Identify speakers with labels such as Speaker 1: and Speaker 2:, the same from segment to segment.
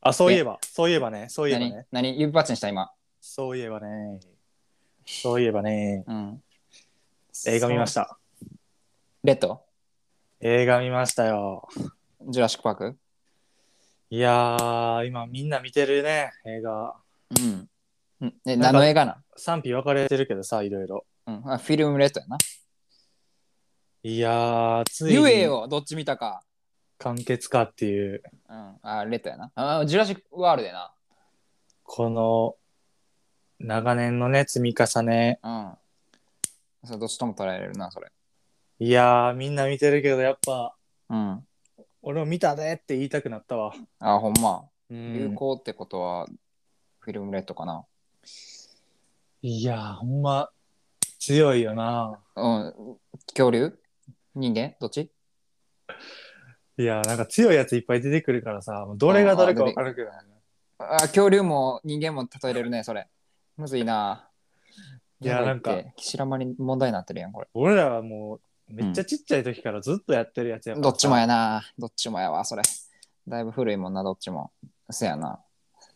Speaker 1: あ、そういえば、そういえばね、そういえば
Speaker 2: 何
Speaker 1: ね、
Speaker 2: 何指パッチンした今。
Speaker 1: そういえばね、そういえばね、
Speaker 2: うん。
Speaker 1: 映画見ました。
Speaker 2: レッド
Speaker 1: 映画見ましたよ。
Speaker 2: ジュラシックパーク
Speaker 1: いやー、今みんな見てるね、映画。
Speaker 2: うん。うんえ、
Speaker 1: なんか
Speaker 2: 何の映画な
Speaker 1: 賛否分かれてるけどさ、いろいろ。
Speaker 2: うん。あ、フィルムレッドやな。
Speaker 1: いやー、つい
Speaker 2: 言え
Speaker 1: に
Speaker 2: よ、どっち見たか。
Speaker 1: 完結かっていう、
Speaker 2: うん。あ、レッドやな。あ、ジュラシックワールドや
Speaker 1: この、長年のね、積み重ね。
Speaker 2: な。うん。それどっちとも捉えれるな、それ。
Speaker 1: いやー、みんな見てるけど、やっぱ、
Speaker 2: うん。
Speaker 1: 俺も見たでって言いたくなったわ。
Speaker 2: あ、ほんま。
Speaker 1: うん
Speaker 2: 有効ってことは、フィルムレッドかな。
Speaker 1: いやー、ほんま、強いよな。
Speaker 2: うん。恐竜人間どっち
Speaker 1: いやー、なんか強いやついっぱい出てくるからさ、もうどれが誰か分からなくない。
Speaker 2: あ、恐竜も人間も例えれるね、それ。むずいな。
Speaker 1: いや
Speaker 2: ば
Speaker 1: なんか
Speaker 2: って、岸らまに問題になってるやん、これ。
Speaker 1: 俺らはもう、めっちゃちっちゃい時からずっとやってるやつやからさ
Speaker 2: どっちもやな。どっちもやわ、それ。だいぶ古いもんな、どっちも。せやな。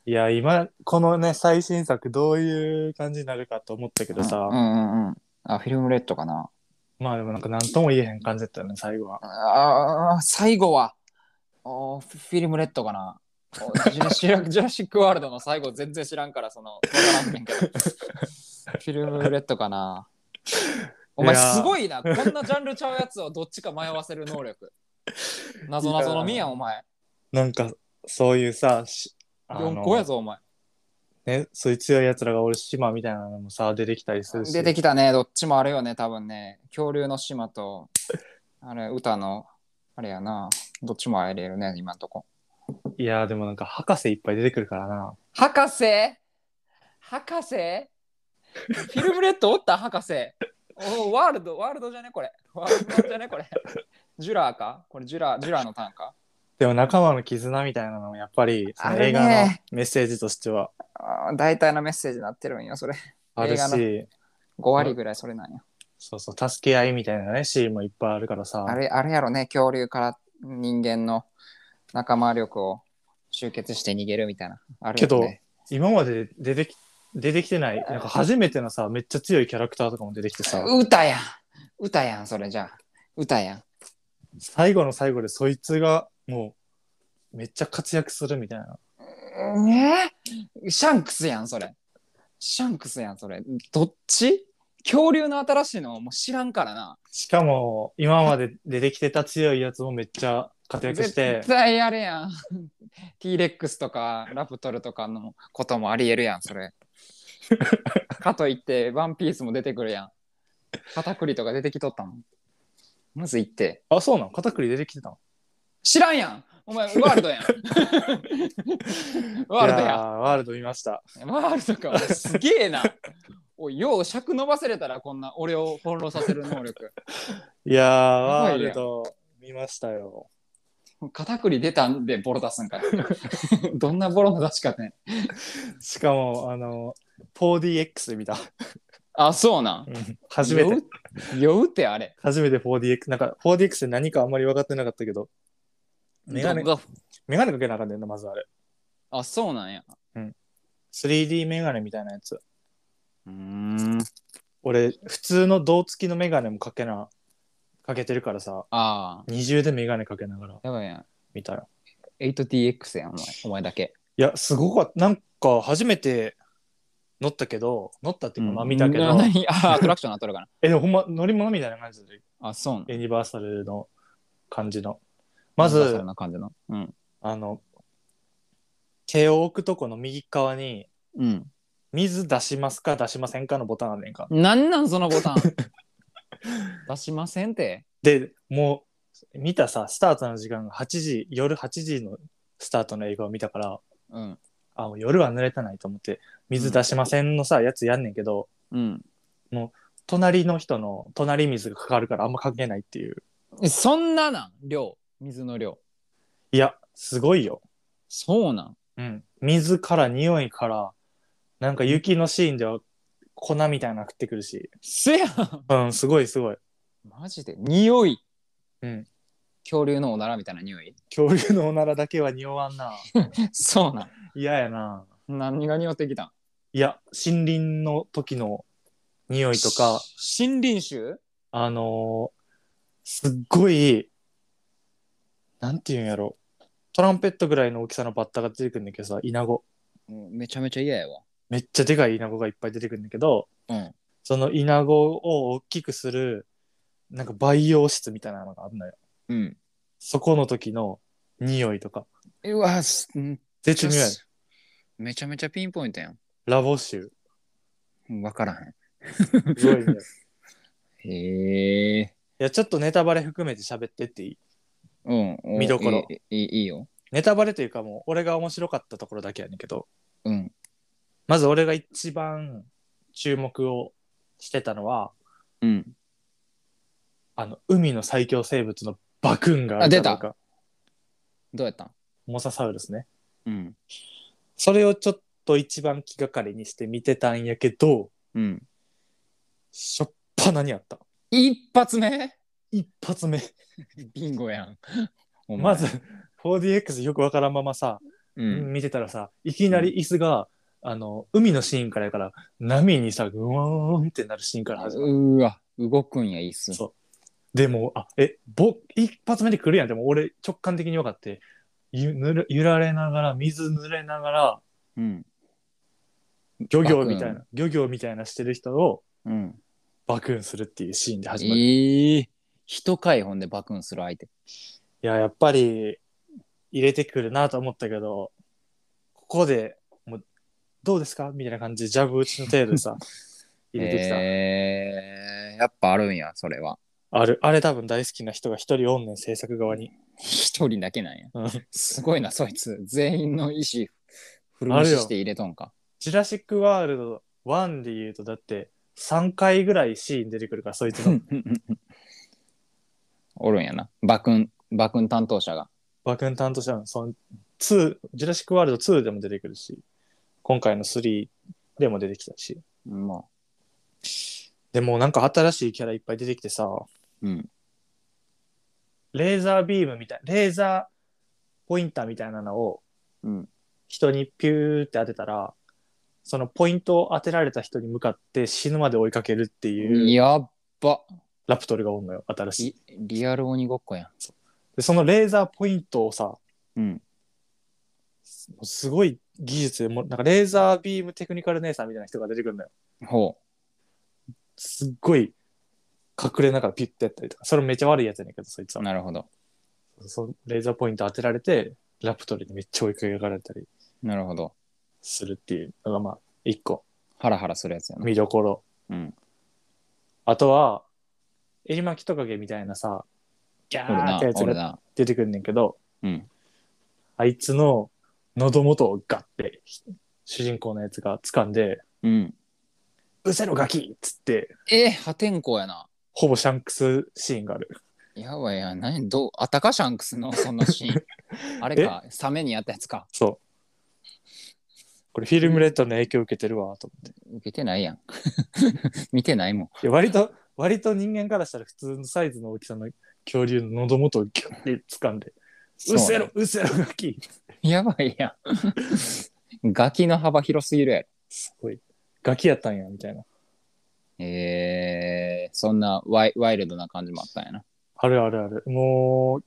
Speaker 1: いや、今、このね、最新作、どういう感じになるかと思ったけどさ、
Speaker 2: うんうんうん。あ、フィルムレッドかな。
Speaker 1: まあでもなんか、なんとも言えへん感じだったよね、最後は。
Speaker 2: あー最後は、おーフフィルムレッドかな。おジュジュラジュラシック・ ワールドの最後全然知らんから、その、わからんねんけどフィルムレッドかな。お前
Speaker 1: いやー
Speaker 2: すごいな。こんなジャンルちゃうやつをどっちか迷わせる能力。なぞなぞのみやん、お前。
Speaker 1: なんか、そういうさ、しあの
Speaker 2: 4個やぞ、お前。
Speaker 1: ね、そういう強いやつらがおる島みたいなのもさ、出てきたりするし。
Speaker 2: 出てきたねどっちもあるよね多分ね恐竜の島とあれ歌のあれやなどっちもあれるね今んとこ
Speaker 1: いやー、でもなんか、博士いっぱい出てくるからな。
Speaker 2: 博士博士フィルムレッドおった博士おワールドワールドじゃねこれワールドじゃねこれジュラーかこれジュラージュラーの単か
Speaker 1: でも仲間の絆みたいなのもやっぱり、その
Speaker 2: あるね
Speaker 1: 映画のメッセージとしては
Speaker 2: あー大体のメッセージになってるんよそれ
Speaker 1: ある
Speaker 2: 映画
Speaker 1: し、
Speaker 2: 5割ぐらいそれなんや
Speaker 1: そうそう、助け合いみたいなね、シーンもいっぱいあるからさ、
Speaker 2: あれあれやろね恐竜から人間の仲間力を集結して逃げるみたいなあるよね
Speaker 1: けど今まで出てき出てきてない、なんか初めてのさ、めっちゃ強いキャラクターとかも出てきてさ、
Speaker 2: 歌やん歌やんそれじゃあ歌やん
Speaker 1: 最後の最後でそいつがもう、めっちゃ活躍するみたいな。
Speaker 2: ねえシャンクスやんそれシャンクスやんそれどっち恐竜の新しいのはもう知らんからな
Speaker 1: しかも、今まで出てきてた強いやつもめっちゃ活躍して
Speaker 2: 絶、対あれやん T レックスとかラプトルとかのこともありえるやんそれかといってワンピースも出てくるやん片栗とか出てきとったもんまずいって
Speaker 1: あ、そうなの片栗出てきてたの
Speaker 2: 知らんやんお前ワールド やんワールド
Speaker 1: い
Speaker 2: や
Speaker 1: や
Speaker 2: ん
Speaker 1: ーワールド見ました。
Speaker 2: ワールドか、すげえな。おい、よう尺伸ばせれたら、こんな俺を翻弄させる能力。
Speaker 1: いやー、
Speaker 2: やば
Speaker 1: ワ
Speaker 2: い
Speaker 1: ー
Speaker 2: やん
Speaker 1: ルド見ましたよ。
Speaker 2: 片栗出たんでボロ出すんかい。 どんなボロの出し方ね。
Speaker 1: しかも、あの、4DX で見た。
Speaker 2: あ、そうなん。
Speaker 1: 初めて、
Speaker 2: 酔う酔うってあれ。
Speaker 1: 初めて 4DX、なんか 4DX って何かあんまり分かってなかったけど、メガネ、
Speaker 2: どこ
Speaker 1: メガネかけなあかんねんな、まずあれ。
Speaker 2: あ、そうなんや。
Speaker 1: 3D メガネみたいなやつ。
Speaker 2: うーん。
Speaker 1: 俺、普通の胴付きのメガネもかけな、かけてるからさ、
Speaker 2: あ
Speaker 1: 二重でメガネかけながら
Speaker 2: あ、やばいやん。
Speaker 1: 見たよ。
Speaker 2: 8DX やん、お前。お前だけ。
Speaker 1: いや、すごかった。なんか、初めて乗ったけど、乗ったっていうか、まあ見たけど、
Speaker 2: な何あ、アトラクションなっとるかな。
Speaker 1: え、でもほんま乗り物みたいな感じで、
Speaker 2: あ、そうなん。
Speaker 1: ユニバーサルの感じの。まず、
Speaker 2: そんな感じの。うん。
Speaker 1: あの、手を置くとこの右側に、
Speaker 2: うん。
Speaker 1: 水出しますか出しませんかのボタンあんねんか。
Speaker 2: なんなん、そのボタ ン。出しませんって。
Speaker 1: で、もう、見たさ、スタートの時間が8時、夜8時のスタートの映画を見たから、
Speaker 2: うん。
Speaker 1: あ、もう夜は濡れたないと思って、水出しませんのさ、やつやんねんけど、
Speaker 2: うん。
Speaker 1: 隣の人の隣水がかかるからあんま関係ないっていう。
Speaker 2: えそんななん量水の量
Speaker 1: いや、すごいよ。
Speaker 2: そうなん
Speaker 1: うん。水から匂いから、なんか雪のシーンでは粉みたいなの食ってくるし。
Speaker 2: せやん
Speaker 1: うん、すごいすごい。
Speaker 2: マジで匂い
Speaker 1: うん。
Speaker 2: 恐竜のおならみたいな匂い
Speaker 1: 恐竜のおならだけは匂わんな。
Speaker 2: そうなん
Speaker 1: 嫌やな。
Speaker 2: 何が匂ってきたん
Speaker 1: いや、森林の時の匂いとか、
Speaker 2: し森林臭
Speaker 1: あのーすっごい、なんていうんやろ。トランペットぐらいの大きさのバッタが出てくるんだけどさ、イナゴ。
Speaker 2: うんめちゃめちゃ嫌やわ
Speaker 1: めっちゃでかいイナゴがいっぱい出てくるんだけど、
Speaker 2: うん
Speaker 1: そのイナゴを大きくする、なんか培養室みたいなのがあるのよ。
Speaker 2: うん
Speaker 1: そこの時の匂いとか。
Speaker 2: うわすうん
Speaker 1: 絶妙やね
Speaker 2: めちゃめちゃピンポイントやん
Speaker 1: ラボ臭。
Speaker 2: 分からへん
Speaker 1: すごいね。
Speaker 2: へえ。
Speaker 1: いや、ちょっとネタバレ含めて喋ってっていい
Speaker 2: うん。お
Speaker 1: 見どころ
Speaker 2: いいいいいいよ。
Speaker 1: ネタバレというかもう、俺が面白かったところだけやねんけど、
Speaker 2: うん。
Speaker 1: まず俺が一番注目をしてたのは、
Speaker 2: うん。
Speaker 1: あの、海の最強生物のバクンがあるかどうか
Speaker 2: どうやったん
Speaker 1: モササウルスね。
Speaker 2: うん。
Speaker 1: それをちょっと一番気がかりにして見てたんやけど、
Speaker 2: うん。
Speaker 1: しょっぱなにあった。
Speaker 2: 一発目
Speaker 1: 一発目。
Speaker 2: ビンゴやん。お前
Speaker 1: まず、4DX よくわからんままさ、
Speaker 2: うん。
Speaker 1: 見てたらさ、いきなり椅子が、あの、海のシーンからやから、波にさ、うわーんってなるシーンから始まる。
Speaker 2: うわ、動くんや、椅子。
Speaker 1: そう。でも、あ、え、ぼ、一発目で来るやん。でも俺、直感的に分かって、ゆぬる揺られながら、水濡れながら、
Speaker 2: うん。
Speaker 1: 漁業みたいな、漁業みたいなしてる人を
Speaker 2: うん。
Speaker 1: 爆運するっていうシーンで始まる。い
Speaker 2: ええー。人解放で爆運する相手。
Speaker 1: や、やっぱり、入れてくるなと思ったけど、ここで、もう、どうですかみたいな感じで、ジャブ打ちの程度で さ、入れてきた。
Speaker 2: ええー。やっぱあるんや、それは。
Speaker 1: ある、あれ多分大好きな人が一人おんねん、制作側に。
Speaker 2: 一人だけなんや。
Speaker 1: うん
Speaker 2: すごいな、そいつ。全員の意思、フル
Speaker 1: あ
Speaker 2: 無
Speaker 1: る
Speaker 2: 視
Speaker 1: よ
Speaker 2: して入れとんか。
Speaker 1: ジュラシック・ワールド1で言うと、だって3回ぐらいシーン出てくるから、そいつの
Speaker 2: おるんやな。爆運、爆運担当者が。
Speaker 1: 爆ン担当者の、その2、ジュラシック・ワールド2でも出てくるし、今回の3でも出てきたし。
Speaker 2: も
Speaker 1: でもうなんか新しいキャラいっぱい出てきてさ、
Speaker 2: う。うん。
Speaker 1: レーザービームみたい、レーザーポインターみたいなのを
Speaker 2: うん。
Speaker 1: 人にピューって当てたら、そのポイントを当てられた人に向かって死ぬまで追いかけるっていう
Speaker 2: やっば。
Speaker 1: ラプトルがおんのよ、新しい。
Speaker 2: リリアル鬼ごっこや
Speaker 1: で、そのレーザーポイントをさ、
Speaker 2: ん。うん。
Speaker 1: すごい技術でもうなんかレーザービームテクニカル姉さんみたいな人が出てくるんだよ
Speaker 2: ほ
Speaker 1: すっごい隠れながらピュッてやったりとかそれめっちゃ悪いやつやねんけどそいつ
Speaker 2: う。
Speaker 1: は
Speaker 2: なるほど。
Speaker 1: そのレーザーポイント当てられてラプトルにめっちゃ追いかけられたり
Speaker 2: なるほど。
Speaker 1: するっていうのがまあ一個
Speaker 2: ハラハラするやつやな。
Speaker 1: 見どころ
Speaker 2: うん。
Speaker 1: あとはエリマキトカゲみたいなさギャ
Speaker 2: おる
Speaker 1: ーっ
Speaker 2: な
Speaker 1: てや、つ
Speaker 2: おる
Speaker 1: が
Speaker 2: な。
Speaker 1: 出てくるんねんけど
Speaker 2: うん。
Speaker 1: あいつの喉元をガッて主人公のやつが掴んで
Speaker 2: うん。
Speaker 1: 「うせろガキ!」っつって
Speaker 2: えー、破天荒やな。
Speaker 1: ほぼシャンクスシーンがある
Speaker 2: やばいやん、何どう、あたかシャンクスのそのシー ン。あれか、サメにやったやつか。
Speaker 1: そう。これフィルムレッドの影響を受けてるわと思って。
Speaker 2: 受けてないやん。 見てないもん。
Speaker 1: いや割と、割と人間からしたら普通のサイズの大きさの恐竜の喉元をギュッて掴んで、うせろ、うせろガキ
Speaker 2: やばいやん。ガキの幅広すぎるやろ。
Speaker 1: すごい。ガキやったんや、みたいな。
Speaker 2: えー、そんなワイワイルドな感じもあったんやな。
Speaker 1: あるあるある。もう、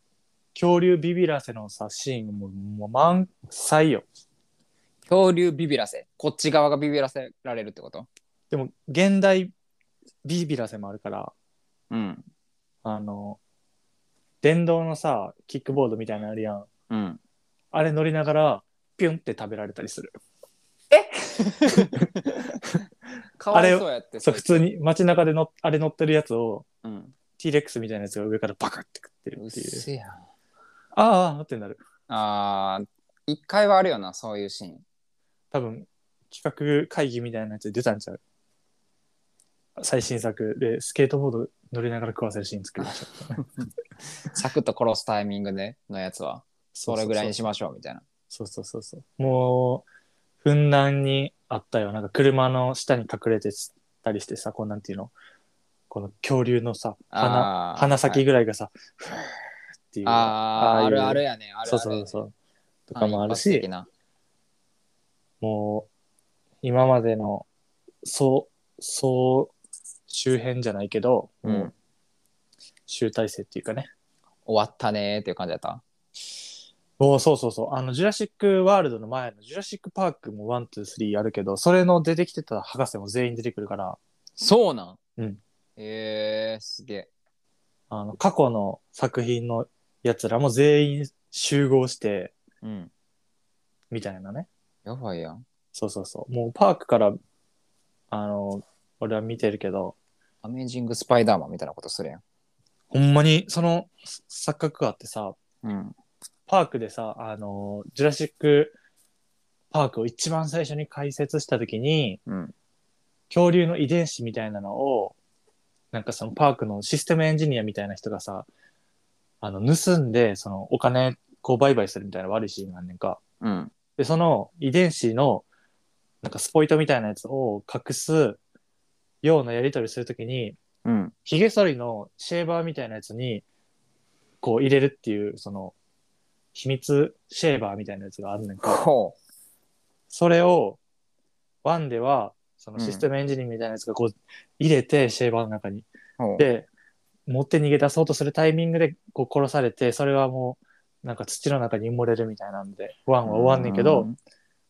Speaker 1: 恐竜ビビらせのさ、シーンがもうもう満載よ。
Speaker 2: 恐竜ビビらせ。こっち側がビビらせられるってこと
Speaker 1: でも、現代ビビらせもあるから、
Speaker 2: うん。
Speaker 1: あの、電動のさ、キックボードみたいなのあるやん。
Speaker 2: うん。
Speaker 1: あれ乗りながら、ピュンって食べられたりする。
Speaker 2: かわいそうやって。
Speaker 1: そう、普
Speaker 2: い
Speaker 1: 通に街中でのあれ乗ってるやつを、
Speaker 2: つ。うん。
Speaker 1: T レックスみたいなやつが上からバカって食ってる
Speaker 2: うっ
Speaker 1: っていう。
Speaker 2: せやん。
Speaker 1: ああ、ってなる。
Speaker 2: あー、一回はあるよな、そういうシーン。
Speaker 1: 多分、企画会議みたいなやつで出たんちゃう最新作で、スケートボード乗りながら食わせるシーン作りました。
Speaker 2: サクッと殺すタイミングでのやつは、それぐらいにしましょうみたいな。
Speaker 1: そうそうそうそう。もう、ふんだんにあったよ。なんか車の下に隠れてたりしてさ、こうなんていうの、この恐竜のさ、鼻
Speaker 2: あー
Speaker 1: 鼻先
Speaker 2: はい
Speaker 1: ぐらいがさ、ふーっていう。
Speaker 2: あー
Speaker 1: ああい
Speaker 2: あ
Speaker 1: う
Speaker 2: るあるやね。あるある
Speaker 1: そうそうそう。とかもあるし、
Speaker 2: はい一般的な
Speaker 1: もう、今までの、そう、そう、周辺じゃないけど、
Speaker 2: うん
Speaker 1: もう集大成っていうかね。
Speaker 2: 終わったねーっていう感じだった。
Speaker 1: もうそうそうそう。あの、ジュラシックワールドの前のジュラシックパークも1、2、3あるけど、それの出てきてた博士も全員出てくるから、
Speaker 2: そうなん
Speaker 1: うん。
Speaker 2: えー、すげえ。
Speaker 1: あの、過去の作品のやつらも全員集合して、
Speaker 2: うん。
Speaker 1: みたいなね。
Speaker 2: やばいやん。
Speaker 1: そうそうそう。もうパークから、あの、俺は見てるけど、
Speaker 2: アメージングスパイダーマンみたいなことするやん。
Speaker 1: ほんまにその錯覚があってさ、
Speaker 2: うん。
Speaker 1: パークでさ、あの、ジュラシックパークを一番最初に開設した時に、
Speaker 2: うん。
Speaker 1: 恐竜の遺伝子みたいなのを、なんかそのパークのシステムエンジニアみたいな人がさ、あの、盗んで、そのお金、こう売買するみたいな悪いシーンがあんねんか。
Speaker 2: うん。
Speaker 1: で、その遺伝子の、なんかスポイトみたいなやつを隠すようなやり取りするときに、
Speaker 2: うん。
Speaker 1: ヒゲ剃りのシェーバーみたいなやつに、こう入れるっていう、その、秘密シェーバーみたいなやつがあるねんか。
Speaker 2: ほ
Speaker 1: それを、ワンでは、そのシステムエンジニアみたいなやつがこう入れて、シェーバーの中に。
Speaker 2: う。ほう。
Speaker 1: で、持って逃げ出そうとするタイミングでこう殺されて、それはもう、なんか土の中に埋もれるみたいなんで、ワンは終わんねんけ
Speaker 2: う
Speaker 1: ど、。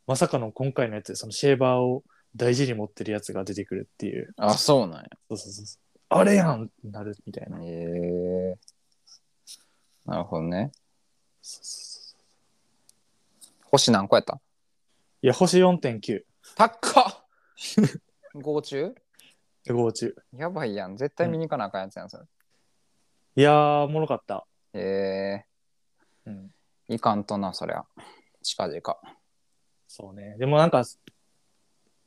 Speaker 1: まさかの今回のやつで、そのシェーバーを大事に持ってるやつが出てくるっていう。
Speaker 2: あ、そうなんや。
Speaker 1: そうそうそうそう。あれやんってなるみたいな。
Speaker 2: へえなるほどね。
Speaker 1: そうそうそうそう
Speaker 2: 星何個やった
Speaker 1: いや、星4.9。
Speaker 2: 高 っ !5 中
Speaker 1: 不合中。
Speaker 2: やばいやん。絶対見に行かなあかんやつやん、それ。
Speaker 1: いやー、おもろかった。
Speaker 2: え
Speaker 1: うん。
Speaker 2: えいかんとな、そりゃ。近々。
Speaker 1: そうね。でもなんか、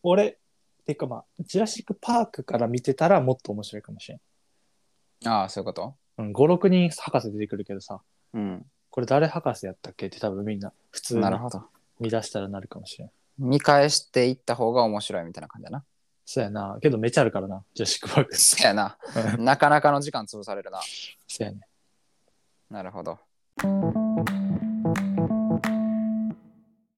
Speaker 1: 俺、てかまあ、ジュラシック・パークから見てたらもっと面白いかもしれん。
Speaker 2: ああ、そういうこと
Speaker 1: うん、5、6人博士出てくるけどさ、
Speaker 2: うん。
Speaker 1: これ誰博士やったっけって多分みんな普通に
Speaker 2: なるほど。
Speaker 1: 見出したらなるかもしれん。
Speaker 2: 見返していった方が面白いみたいな感じだな。
Speaker 1: そうやな。けどめっちゃあるからな、ジュラシック・パーク。そ
Speaker 2: そ やな。なかなかの時間潰されるな。
Speaker 1: うやね。
Speaker 2: なるほど。